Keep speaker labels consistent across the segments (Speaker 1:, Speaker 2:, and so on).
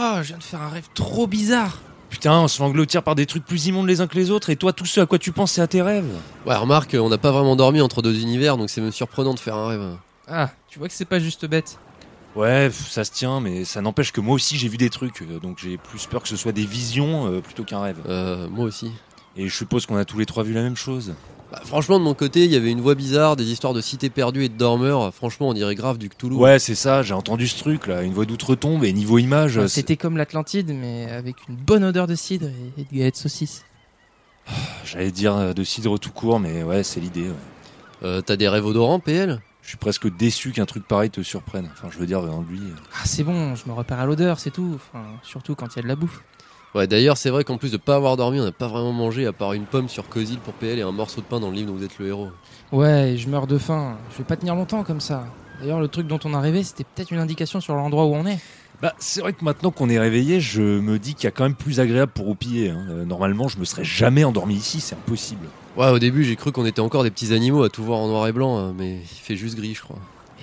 Speaker 1: Oh, je viens de faire un rêve trop bizarre. Putain, on se fait engloutir par des trucs plus immondes les uns que les autres, et toi, tout ce à quoi tu penses, c'est à tes rêves.
Speaker 2: Ouais, remarque, on n'a pas vraiment dormi entre deux univers, donc c'est même surprenant de faire un rêve.
Speaker 3: Ah, tu vois que c'est pas juste bête.
Speaker 1: Ouais, pff, ça se tient, mais ça n'empêche que moi aussi j'ai vu des trucs, euh, donc j'ai plus peur que ce soit des visions euh, plutôt qu'un rêve.
Speaker 2: Euh, moi aussi.
Speaker 1: Et je suppose qu'on a tous les trois vu la même chose.
Speaker 2: Bah, franchement, de mon côté, il y avait une voix bizarre, des histoires de cités perdues et de dormeurs. Franchement, on dirait grave du Cthulhu.
Speaker 1: Ouais, c'est ça, j'ai entendu ce truc là, une voix d'outre-tombe et niveau image. euh, c'est-
Speaker 3: C'était comme l'Atlantide, mais avec une bonne odeur de cidre et, et de galette saucisse.
Speaker 1: J'allais dire euh, de cidre tout court, mais ouais, c'est l'idée. ouais.
Speaker 2: Euh, T'as des rêves odorants, PL
Speaker 1: Je suis presque déçu qu'un truc pareil te surprenne. Enfin, je veux dire, en lui. euh,
Speaker 3: Ah, c'est bon, je me repère à l'odeur, c'est tout. Enfin, surtout quand il y a de la bouffe.
Speaker 2: Ouais, d'ailleurs, c'est vrai qu'en plus de pas avoir dormi, on n'a pas vraiment mangé, à part une pomme sur Cozil pour PL et un morceau de pain dans le livre dont vous êtes le héros.
Speaker 3: Ouais, et je meurs de faim. Je vais pas tenir longtemps comme ça. D'ailleurs, le truc dont on est arrivé, c'était peut-être une indication sur l'endroit où on est.
Speaker 1: Bah, c'est vrai que maintenant qu'on est réveillé, je me dis qu'il y a quand même plus agréable pour roupiller. hein. Euh, normalement, je me serais jamais endormi ici, c'est impossible.
Speaker 2: Ouais, au début, j'ai cru qu'on était encore des petits animaux à tout voir en noir et blanc, hein, mais il fait juste gris, je crois.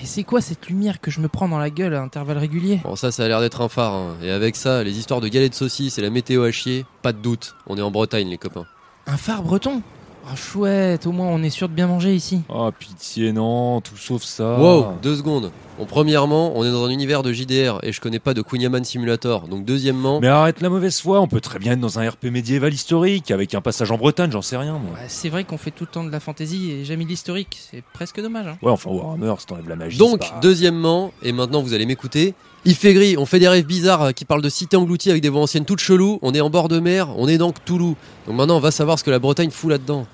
Speaker 3: Et c'est quoi cette lumière que je me prends dans la gueule à intervalles réguliers
Speaker 2: Bon, ça, ça a l'air d'être un phare, hein. et avec ça, les histoires de galettes saucisses et la météo à chier, pas de doute, on est en Bretagne, les copains.
Speaker 3: Un phare breton Ah chouette, au moins on est sûr de bien manger ici.
Speaker 1: Oh, pitié, non, tout sauf ça.
Speaker 2: Wow, deux secondes. Bon, premièrement, on est dans un univers de JDR, et je connais pas de Kunyaman Simulator, donc deuxièmement,
Speaker 1: Mais arrête la mauvaise foi, on peut très bien être dans un RP médiéval historique, avec un passage en Bretagne, j'en sais rien, moi.
Speaker 3: Ouais, Bah, c'est vrai qu'on fait tout le temps de la fantaisie et jamais de l'historique, c'est presque dommage. Hein.
Speaker 1: Ouais, enfin, Warhammer, si t'enlèves la magie.
Speaker 2: Donc,
Speaker 1: c'est pas-
Speaker 2: deuxièmement, et maintenant vous allez m'écouter, il fait gris, on fait des rêves bizarres euh, qui parlent de cités englouties avec des voix anciennes toutes cheloues, on est en bord de mer, on est dans Cthulhu. Donc maintenant on va savoir ce que la Bretagne fout là-dedans.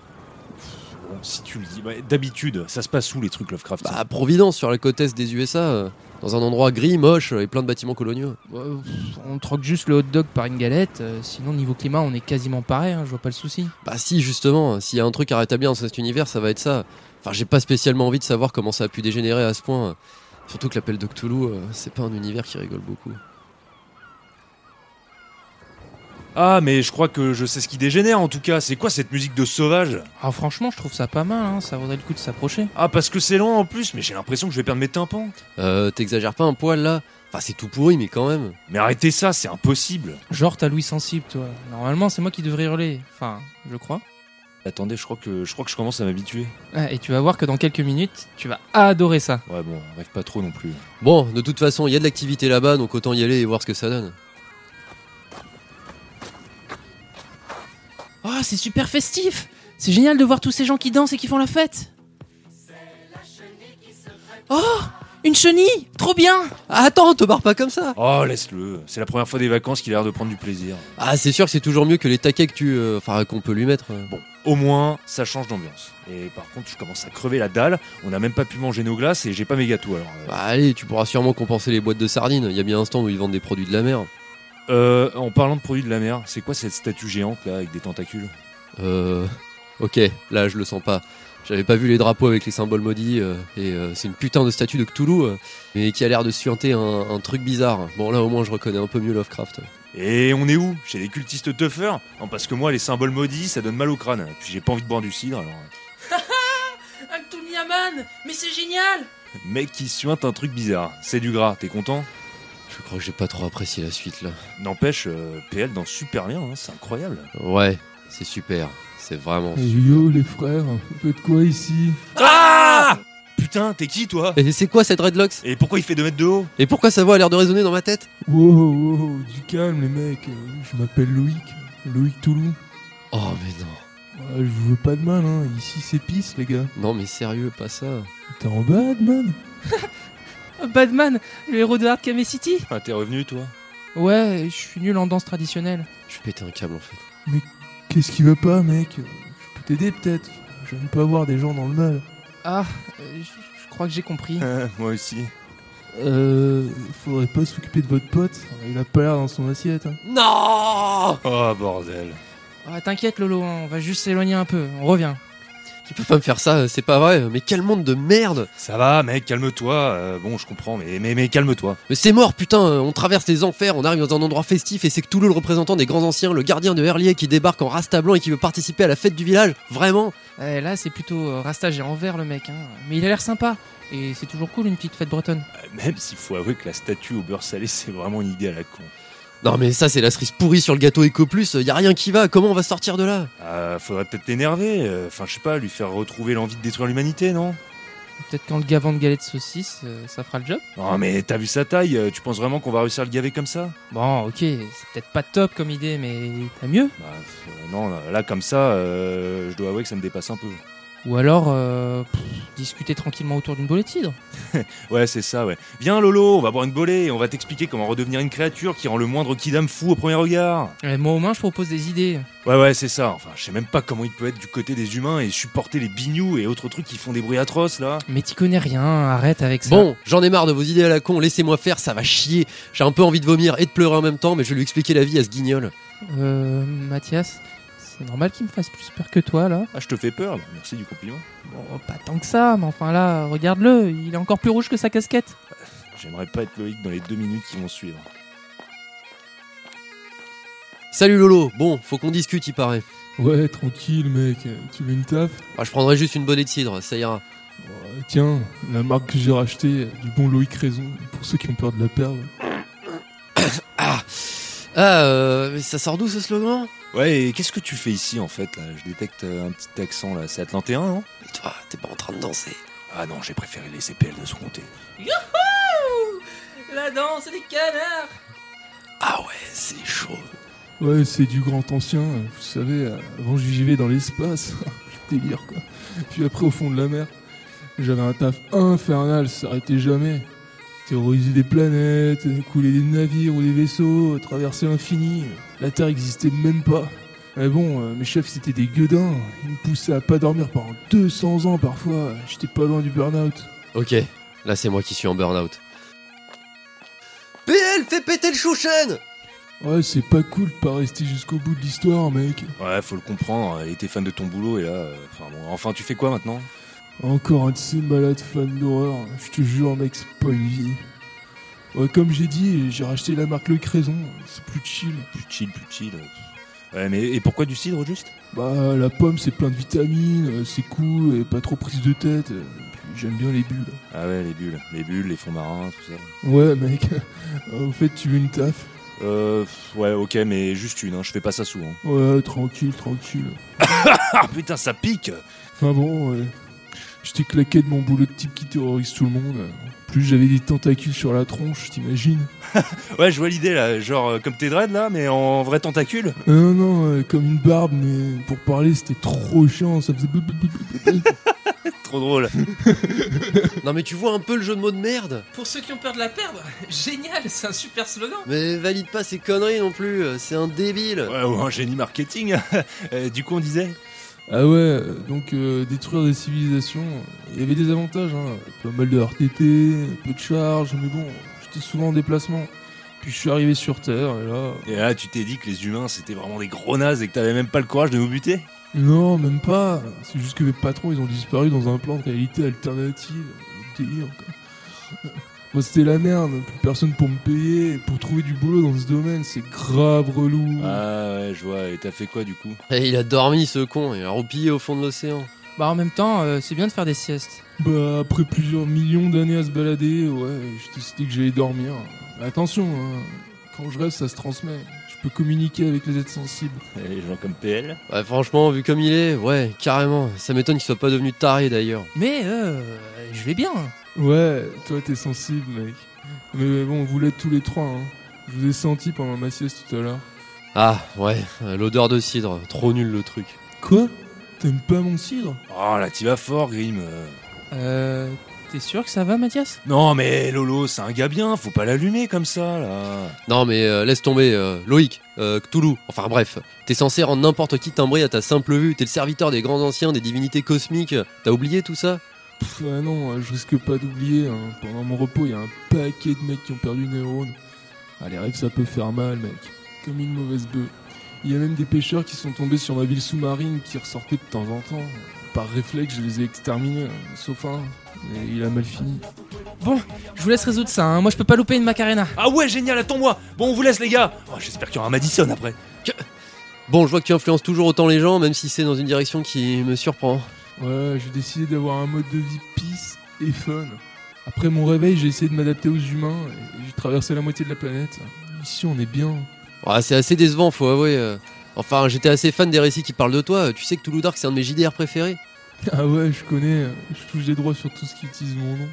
Speaker 1: Bon, si tu le dis, bah, d'habitude, ça se passe où les trucs Lovecraft
Speaker 2: Bah, à Providence, sur la côte est des USA, euh, dans un endroit gris, moche euh, et plein de bâtiments coloniaux.
Speaker 3: Euh, pff, on troque juste le hot dog par une galette, euh, sinon niveau climat on est quasiment pareil, hein, je vois pas le souci.
Speaker 2: Bah si, justement, s'il y a un truc à rétablir dans cet univers, ça va être ça. Enfin, j'ai pas spécialement envie de savoir comment ça a pu dégénérer à ce point. Surtout que l'appel de Cthulhu, euh, c'est pas un univers qui rigole beaucoup.
Speaker 1: Ah, mais je crois que je sais ce qui dégénère en tout cas. C'est quoi cette musique de sauvage
Speaker 3: Ah franchement je trouve ça pas mal, hein, ça vaudrait le coup de s'approcher.
Speaker 1: Ah, parce que c'est lent en plus, mais j'ai l'impression que je vais perdre mes tympans.
Speaker 2: Euh, t'exagères pas un poil là Enfin, c'est tout pourri, mais quand même.
Speaker 1: Mais arrêtez ça, c'est impossible.
Speaker 3: Genre t'as Louis sensible toi, normalement c'est moi qui devrais hurler, enfin je crois.
Speaker 1: Attendez, je crois que je crois que je commence à m'habituer.
Speaker 3: Ah, et tu vas voir que dans quelques minutes tu vas adorer ça.
Speaker 1: Ouais, bon, rêve pas trop non plus.
Speaker 2: Bon, de toute façon, il y a de l'activité là-bas, donc autant y aller et voir ce que ça donne.
Speaker 3: Oh c'est super festif C'est génial de voir tous ces gens qui dansent et qui font la fête Oh Une chenille Trop bien
Speaker 2: Ah, Attends, te barre pas comme ça
Speaker 1: Oh, laisse-le. C'est la première fois des vacances qu'il a l'air de prendre du plaisir.
Speaker 2: Ah, c'est sûr que c'est toujours mieux que les taquets que tu... euh, Enfin, qu'on peut lui mettre. euh.
Speaker 1: Bon, au moins, ça change d'ambiance. Et par contre, je commence à crever la dalle. On n'a même pas pu manger nos glaces et j'ai pas mes gâteaux alors. euh.
Speaker 2: Bah, allez, tu pourras sûrement compenser les boîtes de sardines. Il y a bien un stand où ils vendent des produits de la mer.
Speaker 1: Euh, en parlant de produits de la mer, c'est quoi cette statue géante là avec des tentacules
Speaker 2: Euh... Ok, là, je le sens pas. J'avais pas vu les drapeaux avec les symboles maudits, euh, et euh, c'est une putain de statue de Cthulhu, euh, mais qui a l'air de suinter un, un truc bizarre. Bon, là, au moins, je reconnais un peu mieux Lovecraft.
Speaker 1: Et on est où Chez les cultistes teufeurs Non, Parce que moi, les symboles maudits, ça donne mal au crâne. Puis j'ai pas envie de boire du cidre alors. euh.
Speaker 3: Un Yaman Mais c'est génial
Speaker 1: Mec qui suinte un truc bizarre. C'est du gras, t'es content
Speaker 2: Je crois que j'ai pas trop apprécié la suite, là.
Speaker 1: N'empêche, euh, PL dans super bien, hein, c'est incroyable.
Speaker 2: Ouais, c'est super. C'est vraiment...
Speaker 4: yo les frères, vous faites quoi ici
Speaker 1: Ah Putain, t'es qui toi
Speaker 2: Et c'est quoi cette Redlocks
Speaker 1: Et pourquoi il fait 2 mètres de haut
Speaker 2: Et pourquoi sa voix a l'air de résonner dans ma tête
Speaker 4: Wow, wow, du calme les mecs, euh, je m'appelle Loïc, Loïc Touloux.
Speaker 2: Oh mais non.
Speaker 4: Ouais, je vous veux pas de mal, hein. ici c'est pisse les gars.
Speaker 2: Non mais sérieux, pas ça.
Speaker 4: T'es en bas, man
Speaker 3: Badman, le héros de Hard Came City
Speaker 1: Ah, t'es revenu toi
Speaker 3: Ouais, je suis nul en danse traditionnelle.
Speaker 2: Je vais péter un câble en fait.
Speaker 4: Qu'est-ce qui va pas mec Je peux t'aider peut-être Je veux pas voir des gens dans le mal.
Speaker 3: Ah, euh, je je crois que j'ai compris.
Speaker 1: Moi aussi.
Speaker 4: Euh, faudrait pas s'occuper de votre pote, il a pas l'air dans son assiette. hein.
Speaker 2: Non
Speaker 1: Oh bordel.
Speaker 3: Ah, T'inquiète Lolo, hein, on va juste s'éloigner un peu, on revient.
Speaker 2: Tu peux pas me faire ça, euh, c'est pas vrai. Mais quel monde de merde
Speaker 1: Ça va mec, calme-toi. Euh, bon, je comprends, mais, mais, mais calme-toi.
Speaker 2: Mais c'est mort, putain, euh, on traverse les enfers, on arrive dans un endroit festif et c'est que Cthulhu le représentant des grands anciens, le gardien de Herlier qui débarque en rasta blanc et qui veut participer à la fête du village. Vraiment
Speaker 3: Eh, là, c'est plutôt euh, Rastage et envers le mec, hein. mais il a l'air sympa. Et c'est toujours cool une petite fête bretonne.
Speaker 1: Euh, Même s'il faut avouer que la statue au beurre salé, c'est vraiment une idée à la con.
Speaker 2: Non mais ça c'est la cerise pourrie sur le gâteau Eco Plus, y a rien qui va, comment on va sortir de là
Speaker 1: Euh, faudrait peut-être l'énerver, euh, enfin je sais pas, lui faire retrouver l'envie de détruire l'humanité, non
Speaker 3: Peut-être qu'en le gavant de galettes saucisses, euh, ça fera le job.
Speaker 1: Non mais t'as vu sa taille, euh, tu penses vraiment qu'on va réussir à le gaver comme ça
Speaker 3: Bon, ok, c'est peut-être pas top comme idée, mais t'as mieux.
Speaker 1: Bah euh, non, là comme ça, euh, je dois avouer que ça me dépasse un peu.
Speaker 3: Ou alors, euh, pff, discuter tranquillement autour d'une bolée de cidre.
Speaker 1: Ouais, c'est ça, ouais. Viens Lolo, on va boire une bolée et on va t'expliquer comment redevenir une créature qui rend le moindre kidam fou au premier regard.
Speaker 3: Et Eh, moi, au moins, je propose des idées.
Speaker 1: Ouais, ouais, c'est ça. Enfin, je sais même pas comment il peut être du côté des humains et supporter les bignous et autres trucs qui font des bruits atroces, là.
Speaker 3: Mais t'y connais rien, arrête avec ça.
Speaker 2: Bon, j'en ai marre de vos idées à la con, laissez-moi faire, ça va chier. J'ai un peu envie de vomir et de pleurer en même temps, mais je vais lui expliquer la vie à ce guignol.
Speaker 3: Euh, Mathias, c'est normal qu'il me fasse plus peur que toi, là
Speaker 1: Ah, je te fais peur, là. Merci du compliment.
Speaker 3: Bon, pas tant que ça, mais enfin là, regarde-le, il est encore plus rouge que sa casquette.
Speaker 1: J'aimerais pas être Loïc dans les deux minutes qui vont suivre.
Speaker 2: Salut Lolo, bon, faut qu'on discute, il paraît.
Speaker 4: Ouais, tranquille, mec. Euh, Tu veux une taf
Speaker 2: Ah, je prendrai juste une bolée de cidre, ça ira.
Speaker 4: Ouais, Tiens, la marque que j'ai rachetée, euh, du bon Loïc Raison, pour ceux qui ont peur de la perdre.
Speaker 2: Ah, ah euh, mais ça sort d'où ce slogan
Speaker 1: Ouais, et qu'est-ce que tu fais ici en fait là Je détecte euh, un petit accent là, c'est atlantéen, non
Speaker 2: Mais toi, t'es pas en train de danser.
Speaker 1: Ah non, j'ai préféré les CPL de son côté.
Speaker 3: La danse des canards
Speaker 2: Ah ouais, c'est chaud.
Speaker 4: Ouais, c'est du grand ancien, euh, vous savez, euh, avant je vivais dans l'espace. Le Délire, quoi. Puis après, au fond de la mer, j'avais un taf infernal, ça s'arrêtait jamais. Terroriser des planètes, couler des navires ou des vaisseaux, traverser l'infini. La Terre existait même pas. Mais bon, euh, mes chefs c'était des gueudins, ils me poussaient à pas dormir pendant 200 ans parfois, j'étais pas loin du burn-out.
Speaker 2: Ok, là c'est moi qui suis en burn-out. PL, fais péter le chouchen
Speaker 4: Ouais, c'est pas cool de pas rester jusqu'au bout de l'histoire, mec.
Speaker 1: Ouais, faut le comprendre, il était fan de ton boulot et là, euh, enfin bon, enfin tu fais quoi maintenant
Speaker 4: Encore un de ces malades fans d'horreur, je te jure mec, c'est pas une vie. Ouais, comme j'ai dit, j'ai racheté la marque Le Craison, c'est plus chill.
Speaker 1: Plus chill, plus chill. euh. Ouais, mais et pourquoi du cidre au juste
Speaker 4: Bah la pomme c'est plein de vitamines, euh, c'est cool et pas trop prise de tête. euh, puis J'aime bien les bulles.
Speaker 1: Ah ouais, les bulles, les bulles, les fonds marins, tout ça.
Speaker 4: Ouais mec, euh, au fait tu veux une taf
Speaker 1: Euh, pff, ouais, ok, mais juste une, hein, je fais pas ça souvent.
Speaker 4: Ouais tranquille, tranquille.
Speaker 1: Ah putain, ça pique
Speaker 4: Enfin bon, ouais. je t'ai claqué de mon boulot de type qui terrorise tout le monde. En plus j'avais des tentacules sur la tronche, t'imagines
Speaker 1: Ouais, je vois l'idée là, genre euh, comme tes dreads là, mais en vrai tentacule
Speaker 4: Ah Non, non, euh, comme une barbe, mais pour parler c'était trop chiant, ça faisait... blou, blou, blou, blou, blou.
Speaker 1: Trop drôle.
Speaker 2: Non mais tu vois un peu le jeu de mots de merde
Speaker 3: Pour ceux qui ont peur de la perdre, génial, c'est un super slogan
Speaker 2: Mais valide pas ces conneries non plus, euh, c'est un débile
Speaker 1: Ouais, ou un génie marketing. Euh, du coup, on disait
Speaker 4: Ah ouais, euh, donc euh, détruire des civilisations, il y avait des avantages, hein. pas mal de RTT, peu de charges, mais bon, j'étais souvent en déplacement. Puis je suis arrivé sur Terre, et là...
Speaker 1: Et là, tu t'es dit que les humains c'était vraiment des gros nazes et que t'avais même pas le courage de nous buter
Speaker 4: Non, même pas, c'est juste que mes patrons, ils ont disparu dans un plan de réalité alternative, délire, quoi. Moi c'était la merde, plus personne pour me payer, pour trouver du boulot dans ce domaine, c'est grave relou.
Speaker 1: Ah ouais, je vois. Et t'as fait quoi du coup
Speaker 2: Et il a dormi ce con, il a roupillé au fond de l'océan.
Speaker 3: Bah en même temps, euh, c'est bien de faire des siestes.
Speaker 4: Bah après plusieurs millions d'années à se balader, ouais, j'ai décidé que j'allais dormir. Mais attention, hein, quand je rêve ça se transmet. Je peux communiquer avec les êtres sensibles.
Speaker 1: Eh, Les gens comme PL
Speaker 2: Ouais franchement, vu comme il est, ouais, carrément. Ça m'étonne qu'il soit pas devenu taré d'ailleurs.
Speaker 3: Mais euh, je vais bien.
Speaker 4: Ouais, toi t'es sensible mec. Mais bon, vous l'êtes tous les trois. Hein. Je vous ai senti pendant ma sieste tout à l'heure.
Speaker 2: Ah ouais, euh, l'odeur de cidre, trop nul le truc.
Speaker 4: Quoi T'aimes pas mon cidre
Speaker 1: Oh là, t'y vas fort, Grim. euh.
Speaker 3: Euh, t'es sûr que ça va, Mathias
Speaker 1: Non, mais Lolo, c'est un gars bien, faut pas l'allumer comme ça là.
Speaker 2: Non mais euh, laisse tomber, euh, Loïc, euh, Cthulhu, enfin bref, t'es censé rendre n'importe qui timbré à ta simple vue, t'es le serviteur des grands anciens, des divinités cosmiques, t'as oublié tout ça
Speaker 4: Pff, ah non, je risque pas d'oublier. hein. Pendant mon repos, il y a un paquet de mecs qui ont perdu des neurones. Ah, les rêves, ça peut faire mal, mec. Comme une mauvaise bœuf. Il y a même des pêcheurs qui sont tombés sur ma ville sous-marine qui ressortaient de temps en temps. Par réflexe, je les ai exterminés, hein, sauf un. Mais il a mal fini.
Speaker 3: Bon, je vous laisse résoudre ça, hein. moi je peux pas louper une macarena.
Speaker 1: Ah ouais, génial, attends-moi Bon, on vous laisse les gars oh, J'espère qu'il y aura un Madison après.
Speaker 2: Bon, je vois que tu influences toujours autant les gens, même si c'est dans une direction qui me surprend.
Speaker 4: Ouais, j'ai décidé d'avoir un mode de vie peace et fun. Après mon réveil, j'ai essayé de m'adapter aux humains et j'ai traversé la moitié de la planète. Ici, on est bien.
Speaker 2: Ah, c'est assez décevant, faut avouer. euh. Enfin, j'étais assez fan des récits qui parlent de toi. euh, Tu sais que Toulouse Dark, c'est un de mes JDR préférés.
Speaker 4: Ah ouais, je connais, euh, je touche des droits sur tout ce qui utilise mon nom.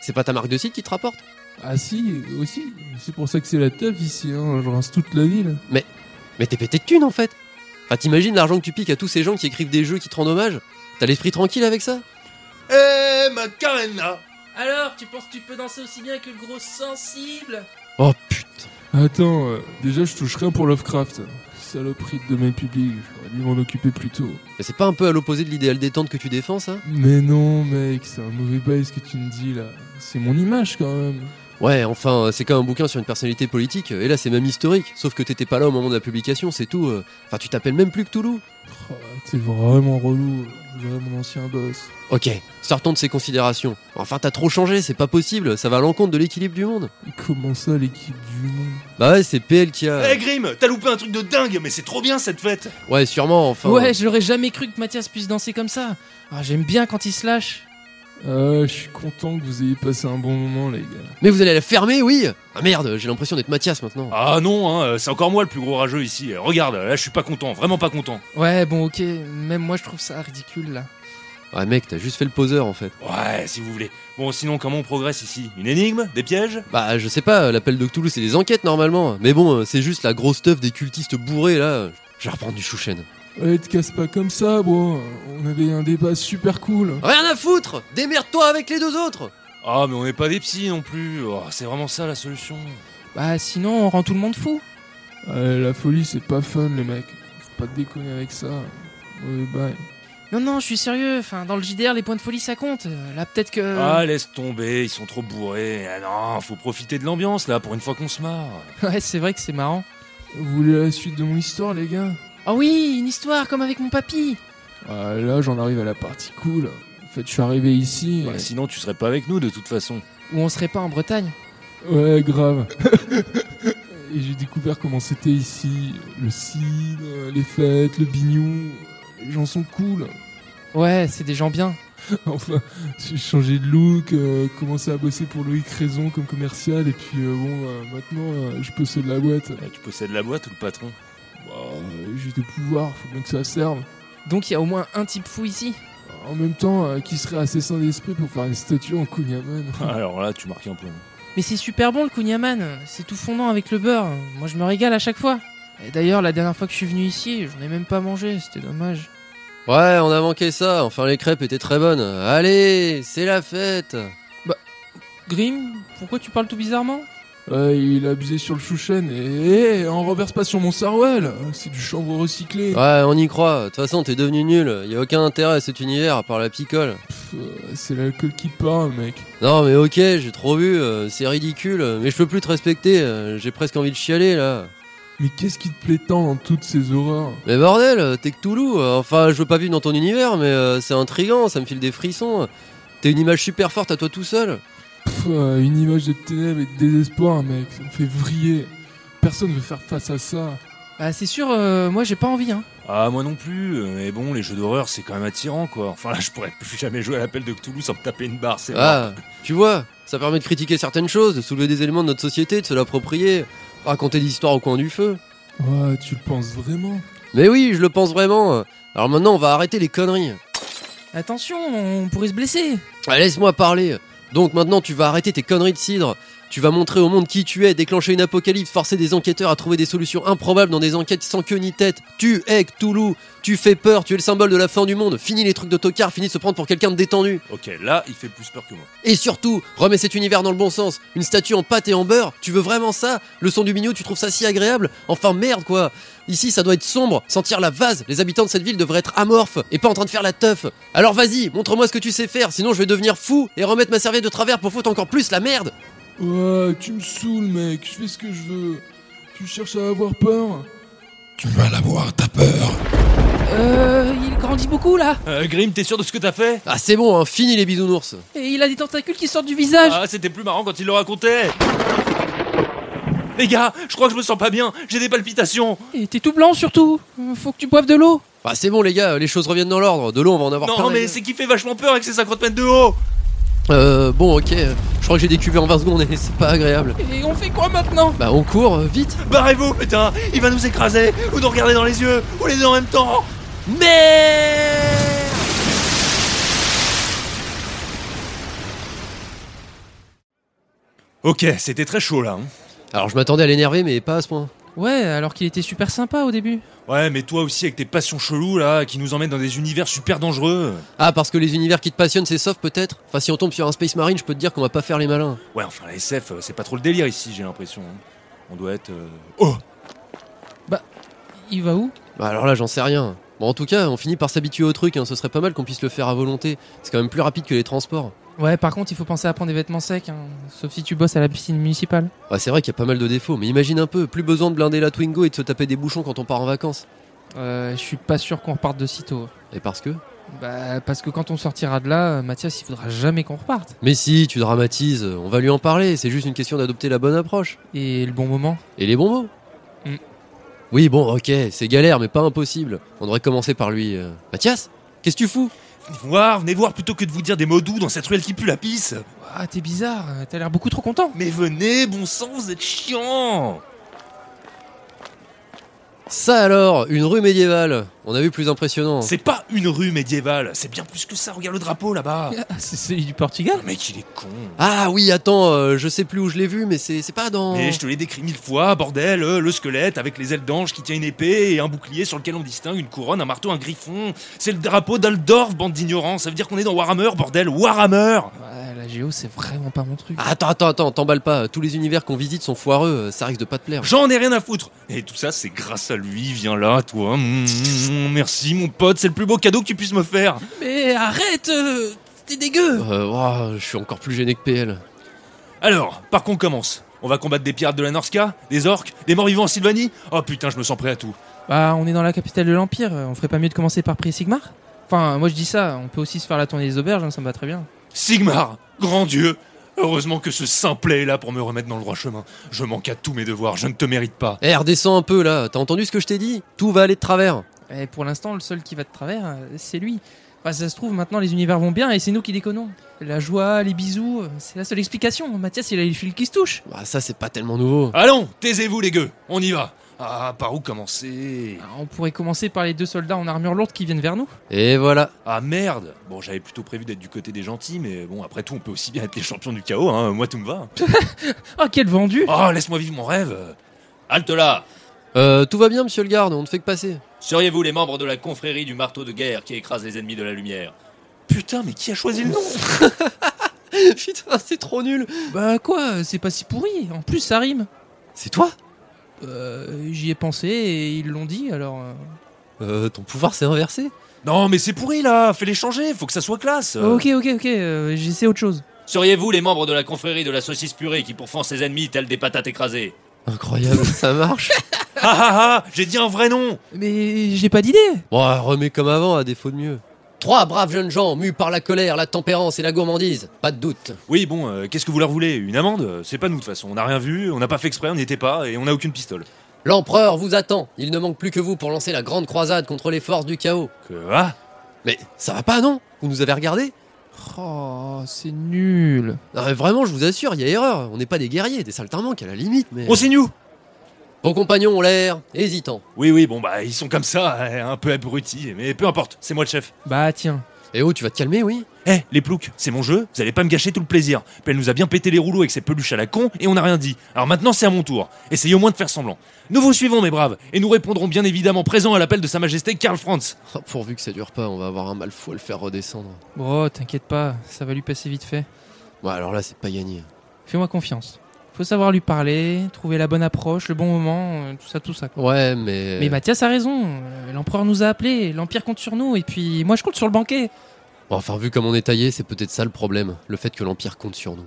Speaker 2: C'est pas ta marque de site qui te rapporte
Speaker 4: Ah si, aussi, c'est pour ça que c'est la teuf ici, hein, je rince toute la ville.
Speaker 2: Mais t'es pété de thunes en fait Enfin, t'imagines l'argent que tu piques à tous ces gens qui écrivent des jeux qui te rendent hommage T'as l'esprit tranquille avec ça
Speaker 1: Eh, Macarena
Speaker 3: Alors, tu penses que tu peux danser aussi bien que le gros sensible
Speaker 2: Oh putain
Speaker 4: Attends, euh, déjà je touche rien pour Lovecraft. Saloperie de domaine public, j'aurais dû m'en occuper plus tôt.
Speaker 2: Mais c'est pas un peu à l'opposé de l'idéal détente que tu défends ça
Speaker 4: Mais non mec, c'est un mauvais bail ce que tu me dis là. C'est mon image quand même.
Speaker 2: Ouais, enfin, euh, c'est comme un bouquin sur une personnalité politique, euh, et là c'est même historique, sauf que t'étais pas là au moment de la publication, c'est tout. euh. Enfin, tu t'appelles même plus que Toulouse
Speaker 4: Oh, T'es vraiment relou, j'aurais mon ancien boss.
Speaker 2: Ok, sortons de ces considérations. Enfin, t'as trop changé, c'est pas possible, ça va à l'encontre de l'équilibre du monde.
Speaker 4: Comment ça l'équipe du monde
Speaker 2: Bah ouais, c'est PL qui
Speaker 1: Eh
Speaker 2: a.
Speaker 1: Grim, t'as loupé un truc de dingue, mais c'est trop bien cette fête
Speaker 2: Ouais, sûrement, enfin. euh.
Speaker 3: Ouais, j'aurais jamais cru que Mathias puisse danser comme ça. Ah, j'aime bien quand il se lâche.
Speaker 4: Ah, je suis content que vous ayez passé un bon moment les gars.
Speaker 2: Mais vous allez la fermer, oui Ah merde, j'ai l'impression d'être Mathias maintenant.
Speaker 1: Ah non, hein, c'est encore moi le plus gros rageux ici. Euh, Regarde, là je suis pas content, vraiment pas content.
Speaker 3: Ouais, bon, ok, même moi je trouve ça ridicule là.
Speaker 2: Ouais, mec, t'as juste fait le poseur en fait.
Speaker 1: Ouais, si vous voulez. Bon, sinon, comment on progresse ici Une énigme Des pièges
Speaker 2: Bah, je sais pas, l'appel de Cthulhu, c'est des enquêtes normalement. Mais bon, euh, c'est juste la grosse stuff des cultistes bourrés là. Je vais reprendre du chouchen.
Speaker 4: Ouais, te casse pas comme ça bro, on avait un débat super cool.
Speaker 2: Rien à foutre Démerde-toi avec les deux autres
Speaker 1: Ah, mais on n'est pas des psys non plus. Oh, c'est vraiment ça la solution.
Speaker 3: Bah, sinon, on rend tout le monde fou.
Speaker 4: Ouais, Euh, la folie, c'est pas fun, les mecs. Faut pas déconner avec ça. Ouais, bah, bye.
Speaker 3: Non, non, je suis sérieux. Enfin, dans le JDR, les points de folie ça compte. Euh, Là, peut-être que.
Speaker 1: Ah, laisse tomber, ils sont trop bourrés. Ah non, faut profiter de l'ambiance là, pour une fois qu'on se marre.
Speaker 3: Ouais, c'est vrai que c'est marrant.
Speaker 4: Vous voulez la suite de mon histoire, les gars
Speaker 3: Ah oui, une histoire comme avec mon papy.
Speaker 4: Ah, Là, j'en arrive à la partie cool. En fait, je suis arrivé ici.
Speaker 1: Ouais, Bah, sinon, tu serais pas avec nous de toute façon.
Speaker 3: Ou on serait pas en Bretagne.
Speaker 4: Ouais, grave. Et j'ai découvert comment c'était ici. Le cid, euh, les fêtes, le bignou. Les gens sont cool.
Speaker 3: Ouais, c'est des gens bien.
Speaker 4: Enfin, j'ai changé de look, euh, commencé à bosser pour Loïc Raison comme commercial. Et puis, euh, bon, euh, maintenant, euh, je possède la boîte.
Speaker 1: Eh, tu possèdes la boîte ou le patron
Speaker 4: Bah, euh, j'ai des pouvoirs, faut bien que ça serve.
Speaker 3: Donc, il y a au moins un type fou ici.
Speaker 4: En même temps, euh, qui serait assez sain d'esprit pour faire une statue en Kunyaman
Speaker 1: Ah, Alors là, tu marques un point.
Speaker 3: Mais c'est super bon le kunyaman, c'est tout fondant avec le beurre. Moi je me régale à chaque fois. Et D'ailleurs, la dernière fois que je suis venu ici, j'en ai même pas mangé, c'était dommage.
Speaker 2: Ouais, on a manqué ça, enfin les crêpes étaient très bonnes. Allez, c'est la fête
Speaker 3: Grim, pourquoi tu parles tout bizarrement
Speaker 4: Ouais, Euh, il a abusé sur le chouchen et, et on reverse pas sur mon sarouel C'est du chanvre recyclé
Speaker 5: Ah.
Speaker 2: Ouais, on y croit, de toute façon t'es devenu nul, y a aucun intérêt à cet univers à part la picole.
Speaker 4: Pff, euh, C'est l'alcool qui parle, mec.
Speaker 2: Non mais ok, j'ai trop vu, euh, c'est ridicule, euh, mais je peux plus te respecter, euh, j'ai presque envie de chialer là.
Speaker 4: Mais qu'est-ce qui te plaît tant dans toutes ces horreurs
Speaker 2: Mais bordel, euh, t'es Cthulhu, euh, enfin je veux pas vivre dans ton univers, mais euh, c'est intriguant, ça me file des frissons. T'es une image super forte à toi tout seul.
Speaker 4: Pff, euh, Une image de ténèbres et de désespoir, mec. Ça me fait vriller. Personne veut faire face à ça.
Speaker 3: Bah c'est sûr, euh, moi j'ai pas envie hein.
Speaker 1: Ah, moi non plus. euh, Mais bon, les jeux d'horreur, c'est quand même attirant quoi. Enfin là, je pourrais plus jamais jouer à l'appel de Cthulhu sans me taper une barre, c'est mort.
Speaker 2: Ah, tu vois, ça permet de critiquer certaines choses, de soulever des éléments de notre société, de se l'approprier, raconter des histoires au coin du feu.
Speaker 4: Ouais, tu le penses vraiment
Speaker 2: Mais oui, je le pense vraiment. Alors maintenant, on va arrêter les conneries.
Speaker 3: Attention, on pourrait se blesser.
Speaker 2: Ah, Laisse-moi parler. Donc maintenant, tu vas arrêter tes conneries de cidre. Tu vas montrer au monde qui tu es, déclencher une apocalypse, forcer des enquêteurs à trouver des solutions improbables dans des enquêtes sans queue ni tête. Tu es Cthulhu, tu fais peur, tu es le symbole de la fin du monde. Fini les trucs de tocard, fini de se prendre pour quelqu'un de détendu.
Speaker 1: Ok, là, il fait plus peur que moi.
Speaker 2: Et surtout, remets cet univers dans le bon sens. Une statue en pâte et en beurre, tu veux vraiment ça Le son du mignot, tu trouves ça si agréable Enfin merde quoi Ici, ça doit être sombre, sentir la vase. Les habitants de cette ville devraient être amorphes et pas en train de faire la teuf. Alors vas-y, montre-moi ce que tu sais faire, sinon je vais devenir fou et remettre ma serviette de travers pour foutre encore plus la merde.
Speaker 4: Ouais, tu me saoules, mec. Je fais ce que je veux. Tu cherches à avoir peur
Speaker 5: Tu vas l'avoir, ta peur.
Speaker 3: Euh, il grandit beaucoup là.
Speaker 1: Euh, Grim, t'es sûr de ce que t'as fait
Speaker 2: Ah c'est bon, hein, fini les bisounours.
Speaker 3: Et il a des tentacules qui sortent du visage.
Speaker 1: Ah, c'était plus marrant quand il le racontait Les gars, je crois que je me sens pas bien, j'ai des palpitations
Speaker 3: Et t'es tout blanc surtout. Euh, Faut que tu boives de l'eau.
Speaker 2: Ah c'est bon les gars, les choses reviennent dans l'ordre. De l'eau, on va en avoir
Speaker 1: Non,
Speaker 2: plein la
Speaker 1: mais
Speaker 2: gueule.
Speaker 1: c'est qui fait vachement peur avec ses 50 mètres de haut
Speaker 2: Euh, bon, ok, euh, je crois que j'ai décuvé en 20 secondes et c'est pas agréable.
Speaker 3: Et on fait quoi maintenant
Speaker 2: Bah, on court, euh, vite
Speaker 1: Barrez-vous, putain Il va nous écraser Ou nous regarder dans les yeux Ou les deux en même temps Mais Ok, c'était très chaud là. hein.
Speaker 2: Alors, je m'attendais à l'énerver, mais pas à ce point.
Speaker 3: Ouais, alors qu'il était super sympa au début.
Speaker 1: Ouais, mais toi aussi avec tes passions cheloues là, qui nous emmènent dans des univers super dangereux.
Speaker 2: Ah, parce que les univers qui te passionnent, c'est sauf peut-être Enfin, si on tombe sur un Space Marine, je peux te dire qu'on va pas faire les malins.
Speaker 1: Ouais, enfin la SF, euh, c'est pas trop le délire ici, j'ai l'impression. hein. On doit être. euh, Oh
Speaker 3: Il va où
Speaker 2: Bah, alors là, j'en sais rien. Bon, en tout cas, on finit par s'habituer au truc, hein. ce serait pas mal qu'on puisse le faire à volonté. C'est quand même plus rapide que les transports.
Speaker 3: Ouais, par contre, il faut penser à prendre des vêtements secs, hein, sauf si tu bosses à la piscine municipale.
Speaker 2: Bah, c'est vrai qu'il y a pas mal de défauts, mais imagine un peu, plus besoin de blinder la Twingo et de se taper des bouchons quand on part en vacances.
Speaker 3: Euh, je suis pas sûr qu'on reparte de sitôt.
Speaker 2: Et parce que
Speaker 3: Bah, parce que quand on sortira de là, euh, Mathias, il faudra jamais qu'on reparte.
Speaker 2: Mais si, tu dramatises, on va lui en parler, c'est juste une question d'adopter la bonne approche.
Speaker 3: Et le bon moment
Speaker 2: Et les bons mots
Speaker 3: Mm.
Speaker 2: Oui, bon, ok, c'est galère, mais pas impossible. On devrait commencer par lui. euh, Mathias Qu'est-ce que tu fous
Speaker 1: Venez voir, venez voir plutôt que de vous dire des mots doux dans cette ruelle qui pue la pisse
Speaker 3: Ah, t'es bizarre, euh, t'as l'air beaucoup trop content.
Speaker 1: Mais venez, bon sang, vous êtes chiant
Speaker 2: Ça alors, une rue médiévale On a vu plus impressionnant.
Speaker 1: C'est pas une rue médiévale, c'est bien plus que ça, regarde le drapeau là-bas
Speaker 3: Ah, C'est celui du Portugal
Speaker 1: Le mec, il est con
Speaker 2: Ah oui, attends, euh, je sais plus où je l'ai vu, mais c'est c'est pas dans.
Speaker 1: Mais je te l'ai décrit mille fois, bordel, euh, le squelette avec les ailes d'ange qui tient une épée et un bouclier sur lequel on distingue une couronne, un marteau, un griffon. C'est le drapeau d'Aldorf, bande d'ignorants. Ça veut dire qu'on est dans Warhammer, bordel, Warhammer
Speaker 3: Ouais, la géo, c'est vraiment pas mon truc.
Speaker 2: Ah, Attends, attends, attends, t'emballe pas. Tous les univers qu'on visite sont foireux, euh, ça risque de pas te plaire.
Speaker 1: J'en ai rien à foutre. Et tout ça, c'est grâce à lui. Viens là, toi. Mm, merci, mon pote. C'est le plus beau cadeau que tu puisses me faire.
Speaker 3: Mais arrête T'es dégueu
Speaker 2: Euh, ouah, je suis encore plus gêné que PL.
Speaker 1: Alors, par qu'on commence. On va combattre des pirates de la Norska, des orques, des morts vivants en Sylvanie. Oh putain, je me sens prêt à tout.
Speaker 3: Bah, on est dans la capitale de l'Empire, euh, on ferait pas mieux de commencer par Prix Sigmar Enfin, moi je dis ça, on peut aussi se faire la tournée des auberges, hein, ça me va très bien.
Speaker 1: Sigmar, grand Dieu. Heureusement que ce simplet est là pour me remettre dans le droit chemin. Je manque à tous mes devoirs, je ne te mérite pas.
Speaker 2: Eh, redescends un peu là, t'as entendu ce que je t'ai dit Tout va aller de travers.
Speaker 3: Et pour l'instant, le seul qui va de travers, euh, c'est lui. Enfin, ça se trouve, maintenant les univers vont bien et c'est nous qui déconnons. La joie, les bisous, euh, c'est la seule explication. Mathias, il a les fils qui se touchent.
Speaker 2: Bah, ça, c'est pas tellement nouveau.
Speaker 1: Allons, taisez-vous les gueux, on y va. Ah, par où commencer
Speaker 3: Alors, Ah, on pourrait commencer par les deux soldats en armure lourde qui viennent vers nous.
Speaker 2: Et voilà.
Speaker 1: Ah merde Bon, j'avais plutôt prévu d'être du côté des gentils, mais bon, après tout, on peut aussi bien être les champions du chaos, hein, moi tout me va.
Speaker 3: Ah, quel vendu
Speaker 1: Oh, laisse-moi vivre mon rêve Halte là
Speaker 2: Euh, tout va bien, monsieur le garde, on ne fait que passer.
Speaker 1: Seriez-vous les membres de la confrérie du marteau de guerre qui écrase les ennemis de la lumière Putain, mais qui a choisi le nom
Speaker 2: Putain, c'est trop nul.
Speaker 3: Bah quoi, c'est pas si pourri, en plus ça rime.
Speaker 2: C'est toi
Speaker 3: Euh, J'y ai pensé et ils l'ont dit, alors... euh,
Speaker 2: Euh, ton pouvoir s'est inversé
Speaker 1: Non, mais c'est pourri là Fais-les changer, faut que ça soit classe
Speaker 3: Ok, ok, ok, euh, j'essaie autre chose.
Speaker 1: Seriez-vous les membres de la confrérie de la saucisse purée qui pourfend ses ennemis tels des patates écrasées
Speaker 2: Incroyable, ça marche.
Speaker 1: Ha ha ha J'ai dit un vrai nom
Speaker 3: Mais j'ai pas d'idée
Speaker 2: Bon, euh, remets comme avant, à défaut de mieux. Trois braves jeunes gens, mus par la colère, la tempérance et la gourmandise. Pas de doute.
Speaker 1: Oui, bon, euh, qu'est-ce que vous leur voulez Une amende C'est pas nous de toute façon, on n'a rien vu, on n'a pas fait exprès, on n'y était pas, et on n'a aucune pistole.
Speaker 2: L'empereur vous attend. Il ne manque plus que vous pour lancer la grande croisade contre les forces du chaos.
Speaker 1: Que- ah
Speaker 2: Mais ça va pas, non Vous nous avez regardé
Speaker 3: Oh, c'est nul
Speaker 2: Non, mais vraiment, je vous assure, il y a erreur. On n'est pas des guerriers, des saltimbanques à la limite, mais.
Speaker 1: On signe où
Speaker 2: Vos compagnons ont l'air hésitants.
Speaker 1: Oui, oui, bon, bah, ils sont comme ça, euh, un peu abrutis, mais peu importe, c'est moi le chef.
Speaker 3: Bah tiens,
Speaker 2: Eh oh, tu vas te calmer, oui
Speaker 1: Eh, les ploucs, c'est mon jeu, vous allez pas me gâcher tout le plaisir. Puis Elle nous a bien pété les rouleaux avec ses peluches à la con, et on n'a rien dit. Alors maintenant, c'est à mon tour. Essayez au moins de faire semblant. Nous vous suivons, mes braves, et nous répondrons bien évidemment présent à l'appel de Sa Majesté Karl Franz.
Speaker 2: Oh, Pourvu que ça dure pas, on va avoir un mal fou à le faire redescendre.
Speaker 3: bro, t'inquiète pas, ça va lui passer vite fait.
Speaker 2: Bon, alors là, c'est pas gagné.
Speaker 3: Fais-moi confiance. Faut savoir lui parler, trouver la bonne approche, le bon moment, euh, tout ça, tout ça. quoi.
Speaker 2: Ouais, mais.
Speaker 3: Mais Mathias a raison, euh, l'empereur nous a appelés, l'empire compte sur nous, et puis moi je compte sur le banquet.
Speaker 2: Bon, enfin, vu comme on est taillé, c'est peut-être ça le problème. Le fait que l'Empire compte sur nous.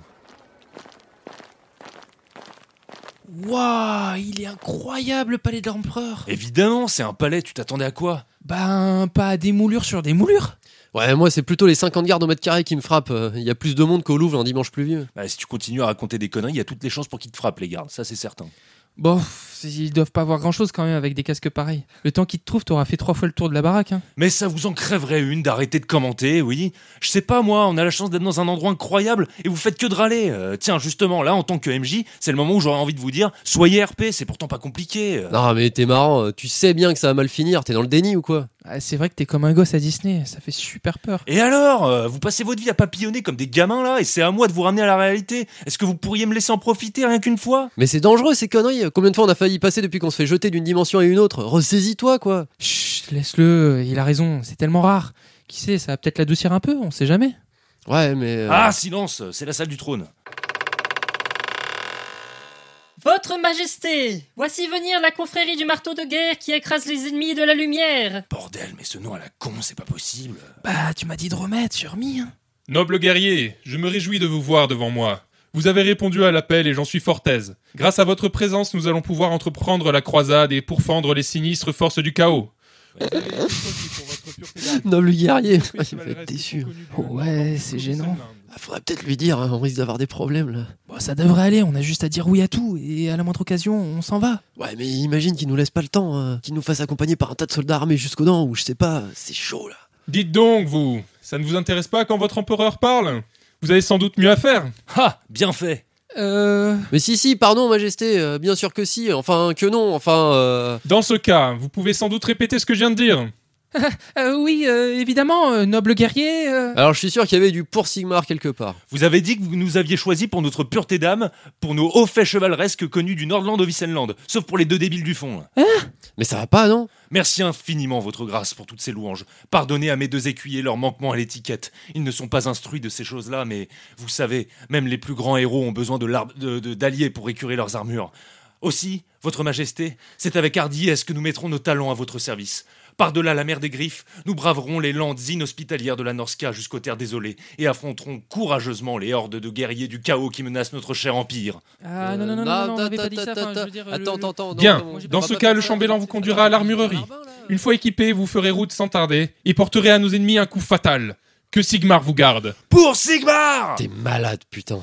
Speaker 3: Waouh, il est incroyable le palais de l'empereur
Speaker 1: Évidemment, c'est un palais, tu t'attendais à quoi
Speaker 3: Ben, pas des moulures sur des moulures
Speaker 2: Ouais, moi, c'est plutôt les 50 gardes au mètre carré qui me frappent. Euh, Il y a plus de monde qu'au Louvre un dimanche pluvieux.
Speaker 1: Bah, si tu continues à raconter des conneries, il y a toutes les chances pour qu'ils te frappent, les gardes, ça c'est certain.
Speaker 3: Bon, pff, ils doivent pas avoir grand chose quand même avec des casques pareils. Le temps qu'ils te trouvent, t'auras fait trois fois le tour de la baraque. Hein.
Speaker 1: Mais ça vous en crèverait une d'arrêter de commenter, oui. Je sais pas, moi, on a la chance d'être dans un endroit incroyable et vous faites que de râler. Euh, tiens, justement, là, en tant que MJ, c'est le moment où j'aurais envie de vous dire soyez RP, c'est pourtant pas compliqué. Euh,
Speaker 2: Non, mais t'es marrant, euh, tu sais bien que ça va mal finir, t'es dans le déni ou quoi
Speaker 3: Ah, c'est vrai que t'es comme un gosse à Disney, ça fait super peur.
Speaker 1: Et alors euh, Vous passez votre vie à papillonner comme des gamins là et c'est à moi de vous ramener à la réalité. Est-ce que vous pourriez me laisser en profiter rien qu'une fois
Speaker 2: Mais c'est dangereux ces conneries Combien de fois on a failli y passer depuis qu'on se fait jeter d'une dimension à une autre Ressaisis-toi quoi
Speaker 3: Chut, laisse-le, il a raison, c'est tellement rare. Qui sait, ça va peut-être l'adoucir un peu, on sait jamais.
Speaker 2: Ouais, mais. euh,
Speaker 1: Ah, silence, c'est la salle du trône.
Speaker 6: Votre Majesté, voici venir la confrérie du marteau de guerre qui écrase les ennemis de la lumière.
Speaker 1: Bordel, mais ce nom à la con, c'est pas possible.
Speaker 3: Bah, tu m'as dit de remettre, j'ai remis. Hein.
Speaker 7: Noble guerrier, je me réjouis de vous voir devant moi. Vous avez répondu à l'appel et j'en suis fort aise. Grâce à votre présence, nous allons pouvoir entreprendre la croisade et pourfendre les sinistres forces du chaos.
Speaker 2: Noble guerrier Il va être déçu.
Speaker 3: Ouais, c'est gênant.
Speaker 2: Ah, Faudrait peut-être lui dire, hein, on risque d'avoir des problèmes là.
Speaker 3: Bon, ça devrait aller, on a juste à dire oui à tout, et à la moindre occasion, on s'en va.
Speaker 2: Ouais, mais imagine qu'il nous laisse pas le temps, hein, qu'il nous fasse accompagner par un tas de soldats armés jusqu'aux dents, ou je sais pas, c'est chaud là.
Speaker 7: Dites donc, vous, ça ne vous intéresse pas quand votre empereur parle Vous avez sans doute mieux à faire.
Speaker 1: Ha Ah, Bien fait
Speaker 3: Euh...
Speaker 2: Mais si, si, pardon, Majesté, euh, bien sûr que si, enfin que non, enfin. euh,
Speaker 7: Dans ce cas, vous pouvez sans doute répéter ce que je viens de dire.
Speaker 3: euh, oui, euh, évidemment, euh, noble guerrier... euh.
Speaker 2: Alors je suis sûr qu'il y avait du pour Sigmar quelque part.
Speaker 1: Vous avez dit que vous nous aviez choisi pour notre pureté d'âme, pour nos hauts faits chevaleresques connus du Nordland au Vicenland, sauf pour les deux débiles du fond. là.
Speaker 2: Mais ça va pas, non
Speaker 1: Merci infiniment, votre grâce, pour toutes ces louanges. Pardonnez à mes deux écuyers leur manquement à l'étiquette. Ils ne sont pas instruits de ces choses-là, mais vous savez, même les plus grands héros ont besoin de l'ar- de- de- d'alliés pour écurer leurs armures. Aussi, votre majesté, c'est avec hardiesse que nous mettrons nos talents à votre service. Par-delà la mer des griffes, nous braverons les landes inhospitalières de la Norska jusqu'aux terres désolées et affronterons courageusement les hordes de guerriers du chaos qui menacent notre cher empire.
Speaker 3: Ah
Speaker 2: Euh,
Speaker 3: non, non, non, non, non, on avait pas dit ça,
Speaker 2: attends,
Speaker 3: enfin, je veux dire... le-
Speaker 2: Attends, attends, attends. non,
Speaker 7: Bien,
Speaker 2: non,
Speaker 7: dans
Speaker 2: pas-
Speaker 7: ce
Speaker 2: pas-
Speaker 7: cas,
Speaker 2: pas-
Speaker 7: le
Speaker 2: pas-
Speaker 7: chambellan vous conduira à l'armurerie.
Speaker 2: Barbin, là.
Speaker 7: Une fois équipé, vous ferez route sans tarder et porterez à nos ennemis un coup fatal. Que Sigmar vous garde.
Speaker 1: Pour Sigmar
Speaker 2: T'es malade, putain.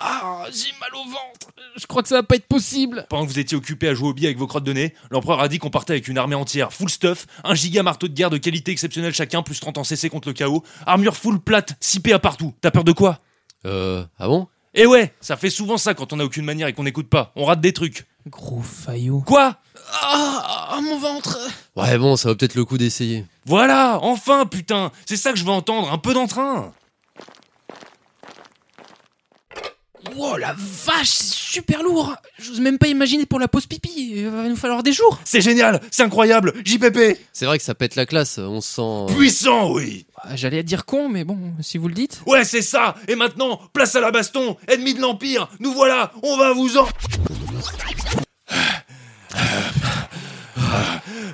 Speaker 3: Ah, j'ai mal au ventre, je crois que ça va pas être possible.
Speaker 1: Pendant que vous étiez occupé à jouer au billes avec vos crottes de nez, l'empereur a dit qu'on partait avec une armée entière, full stuff, un giga marteau de guerre de qualité exceptionnelle chacun, plus 30 en CC contre le chaos, armure full plate, 6 à partout. T'as peur de quoi
Speaker 2: Euh, ah bon
Speaker 1: Eh ouais, ça fait souvent ça quand on a aucune manière et qu'on n'écoute pas, on rate des trucs.
Speaker 3: Gros faillot.
Speaker 1: Quoi
Speaker 3: Ah, ah, mon ventre
Speaker 2: Ouais, bon, ça va peut-être le coup d'essayer.
Speaker 1: Voilà, enfin putain, c'est ça que je veux entendre, un peu d'entrain
Speaker 3: Wow, la vache, c'est super lourd J'ose même pas imaginer pour la pause pipi, il va nous falloir des jours
Speaker 1: C'est génial, c'est incroyable, JPP
Speaker 2: C'est vrai que ça pète la classe, on se sent. euh.
Speaker 1: Puissant, oui
Speaker 3: Ah, J'allais dire con, mais bon, si vous le dites...
Speaker 1: Ouais, c'est ça Et maintenant, place à la baston Ennemi de l'Empire Nous voilà On va vous en...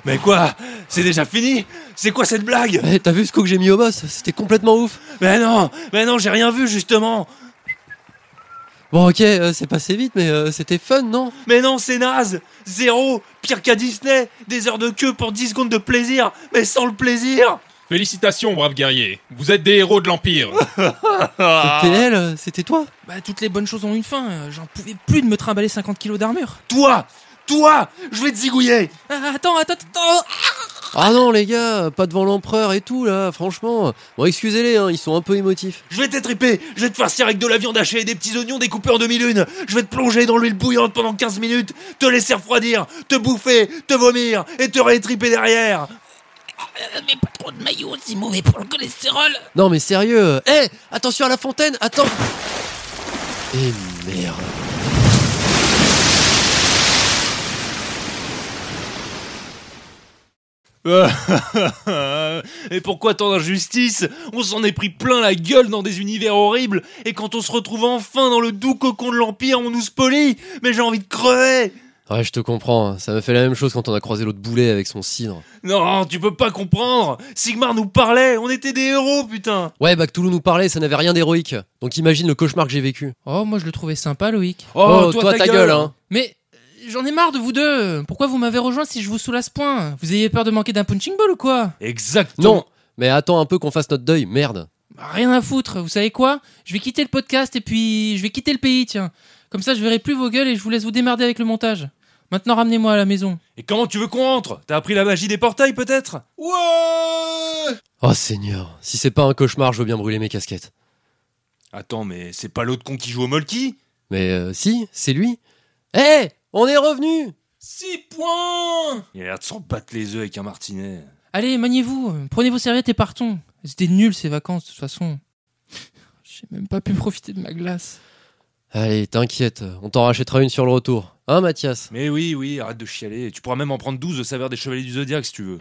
Speaker 1: Mais quoi C'est déjà fini C'est quoi cette blague
Speaker 2: Eh, t'as vu ce coup que j'ai mis au boss C'était complètement ouf.
Speaker 1: Mais non Mais non, j'ai rien vu, justement
Speaker 2: Bon, ok, euh, c'est passé vite, mais euh, c'était fun, non
Speaker 1: Mais non, c'est naze Zéro Pire qu'à Disney Des heures de queue pour 10 secondes de plaisir Mais sans le plaisir
Speaker 7: Félicitations, brave guerrier. Vous êtes des héros de l'Empire. Ah.
Speaker 2: C'était elle, euh, c'était toi
Speaker 3: Bah, toutes les bonnes choses ont une fin, euh, j'en pouvais plus de me trimballer 50 kilos d'armure.
Speaker 1: Toi Toi Je vais te zigouiller
Speaker 3: Ah, attends, attends, attends
Speaker 2: Ah non, les gars, pas devant l'empereur et tout, là, franchement. Bon, excusez-les, hein, ils sont un peu émotifs.
Speaker 1: Je vais t'étriper Je vais te farcir avec de la viande hachée et des petits oignons découpés en demi-lune Je vais te plonger dans l'huile bouillante pendant 15 minutes, te laisser refroidir, te bouffer, te vomir et te rétriper derrière
Speaker 6: Mais pas trop de maillot, c'est mauvais pour le cholestérol.
Speaker 2: Non, mais sérieux, euh, eh, attention à la fontaine, attends Eh merde.
Speaker 1: Et pourquoi tant d'injustice On s'en est pris plein la gueule dans des univers horribles et quand on se retrouve enfin dans le doux cocon de l'Empire, on nous spolie Mais j'ai envie de crever
Speaker 2: Ouais, je te comprends, hein, ça m'a fait la même chose quand on a croisé l'autre boulet avec son cidre.
Speaker 1: Non, tu peux pas comprendre Sigmar nous parlait, on était des héros, putain
Speaker 2: Ouais, bah que Toulouse nous parlait, ça n'avait rien d'héroïque. Donc imagine le cauchemar que j'ai vécu.
Speaker 3: Oh, moi je le trouvais sympa, Loïc.
Speaker 1: Oh,
Speaker 2: hein
Speaker 3: Mais euh, j'en ai marre de vous deux Pourquoi vous m'avez rejoint si je vous saoule à ce point Vous ayez peur de manquer d'un punching ball ou quoi
Speaker 1: Exactement
Speaker 2: Non, mais attends un peu qu'on fasse notre deuil, merde.
Speaker 3: Bah, Rien à foutre, vous savez quoi Je vais quitter le podcast et puis je vais quitter le pays, tiens. Comme ça, je verrai plus vos gueules et je vous laisse vous démerder avec le montage. Maintenant, ramenez-moi à la maison.
Speaker 1: Et comment tu veux qu'on rentre T'as appris la magie des portails peut-être
Speaker 7: Ouais
Speaker 2: Oh Seigneur, si c'est pas un cauchemar, je veux bien brûler mes casquettes.
Speaker 1: Attends, mais c'est pas l'autre con qui joue au molki
Speaker 2: Mais euh, si, c'est lui. Eh On est revenu
Speaker 7: 6 points
Speaker 1: Il a l'air de s'en battre les œufs avec un martinet.
Speaker 3: Allez, maniez-vous, euh, prenez vos serviettes et partons. C'était nul ces vacances de toute façon. J'ai même pas pu profiter de ma glace.
Speaker 2: Allez, t'inquiète, on t'en rachètera une sur le retour. Hein Mathias
Speaker 1: Mais oui, oui, arrête de chialer. Tu pourras même en prendre 12 de saveur des chevaliers du zodiaque si tu veux.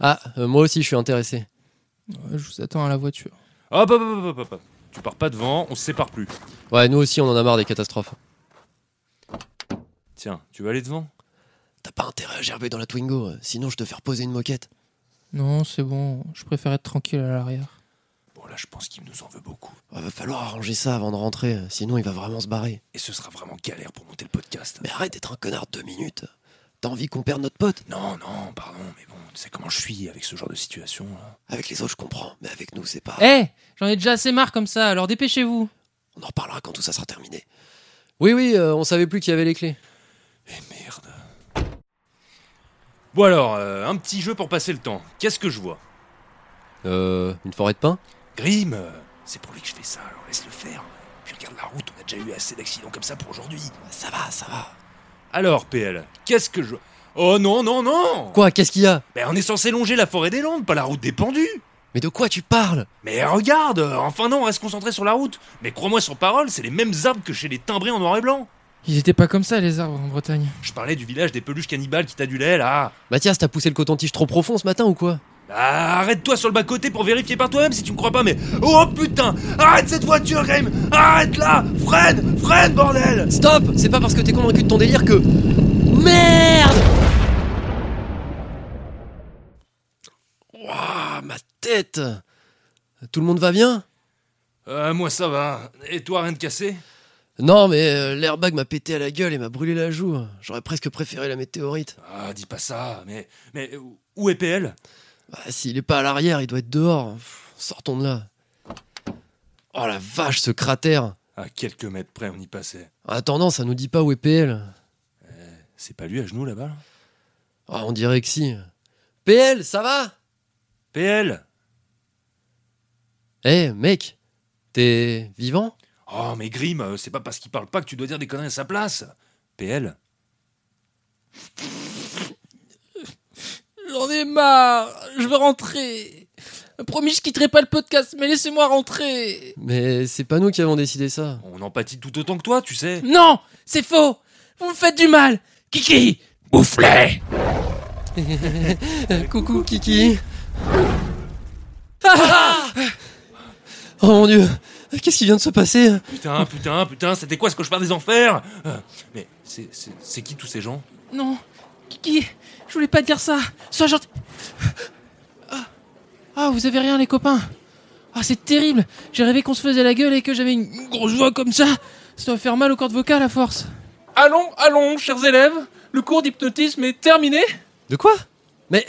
Speaker 2: Ah, euh, moi aussi je suis intéressé.
Speaker 3: Ouais, je vous attends à la voiture.
Speaker 1: Hop, hop, hop, hop, hop, hop. Tu pars pas devant, on se sépare plus.
Speaker 2: Ouais, nous aussi on en a marre des catastrophes.
Speaker 1: Tiens, tu veux aller devant
Speaker 2: T'as pas intérêt à gerber dans la Twingo, euh, sinon je te faire poser une moquette.
Speaker 3: Non, c'est bon, je préfère être tranquille à l'arrière.
Speaker 1: Bon, là, je pense qu'il nous en veut beaucoup.
Speaker 2: Ouais, va falloir arranger ça avant de rentrer, euh, sinon il va vraiment se barrer.
Speaker 1: Et ce sera vraiment galère pour monter le podcast.
Speaker 2: Mais arrête d'être un connard deux minutes. T'as envie qu'on perde notre pote
Speaker 1: Non, non, pardon, mais bon, tu sais comment je suis avec ce genre de situation là.
Speaker 2: Avec les autres je comprends, mais avec nous c'est pas.
Speaker 3: Eh J'en ai déjà assez marre comme ça, alors dépêchez-vous.
Speaker 2: On en reparlera quand tout ça sera terminé. Oui, oui, euh, on savait plus qu'il y avait les clés.
Speaker 1: Eh merde. Bon alors, euh, un petit jeu pour passer le temps. Qu'est-ce que je vois
Speaker 2: Euh, une forêt de pin
Speaker 1: Grim euh, C'est pour lui que je fais ça, alors laisse-le faire. Puis regarde la route, on a déjà eu assez d'accidents comme ça pour aujourd'hui.
Speaker 2: Ça va, ça va.
Speaker 1: Alors, PL, qu'est-ce que je... Oh non, non, non
Speaker 2: Quoi Qu'est-ce qu'il y a
Speaker 1: Ben, on est censé longer la forêt des Landes, pas la route des pendus
Speaker 2: Mais de quoi tu parles
Speaker 1: Mais regarde euh, Enfin non, on reste concentré sur la route Mais crois-moi sur parole, c'est les mêmes arbres que chez les timbrés en noir et blanc
Speaker 3: Ils étaient pas comme ça les arbres en Bretagne.
Speaker 1: Je parlais du village des peluches cannibales qui t'adulaient, là
Speaker 2: Mathias, t'as poussé le coton-tige trop profond ce matin ou quoi
Speaker 1: Bah, arrête-toi sur le bas-côté pour vérifier par toi-même si tu me crois pas, mais... Oh putain Arrête cette voiture, Grim Arrête là Freine Freine, bordel
Speaker 2: Stop C'est pas parce que t'es convaincu de ton délire que. Merde Ouah, ma tête Tout le monde va bien
Speaker 1: Euh, moi ça va. Et toi, rien de cassé
Speaker 2: Non, mais euh, l'airbag m'a pété à la gueule et m'a brûlé la joue. J'aurais presque préféré la météorite.
Speaker 1: Ah, dis pas ça, mais... Mais où est PL
Speaker 2: Bah, S'il est pas à l'arrière, il doit être dehors. Pff, sortons de là. Oh la vache, ce cratère
Speaker 1: À quelques mètres près, on y passait.
Speaker 2: En attendant, ça nous dit pas où est PL.
Speaker 1: C'est pas lui à genoux, là-bas là
Speaker 2: Ah, on dirait que si. PL, ça va
Speaker 1: PL
Speaker 2: Eh, mec, t'es vivant
Speaker 1: Oh, mais Grim, euh, c'est pas parce qu'il parle pas que tu dois dire des conneries à sa place PL
Speaker 3: J'en ai marre, je veux rentrer. Promis, je quitterai pas le podcast, mais laissez-moi rentrer.
Speaker 2: Mais c'est pas nous qui avons décidé ça.
Speaker 1: On empathie tout autant que toi, tu sais
Speaker 3: Non, c'est faux. Vous me faites du mal. Kiki, bouffe-les.
Speaker 2: Euh, Coucou Kiki. Ah, oh mon dieu, qu'est-ce qui vient de se passer hein
Speaker 1: Putain, putain, putain, c'était quoi ce cauchemar des enfers Euh, Mais c'est- c'est c'est qui tous ces gens
Speaker 3: Non, Kiki, je voulais pas dire ça. Sois gentil. Ah. Ah, vous avez rien, les copains. Ah, c'est terrible. J'ai rêvé qu'on se faisait la gueule et que j'avais une grosse voix comme ça. Ça doit faire mal aux cordes vocales à force.
Speaker 7: Allons, allons, chers élèves Le cours d'hypnotisme est terminé
Speaker 2: De quoi Mais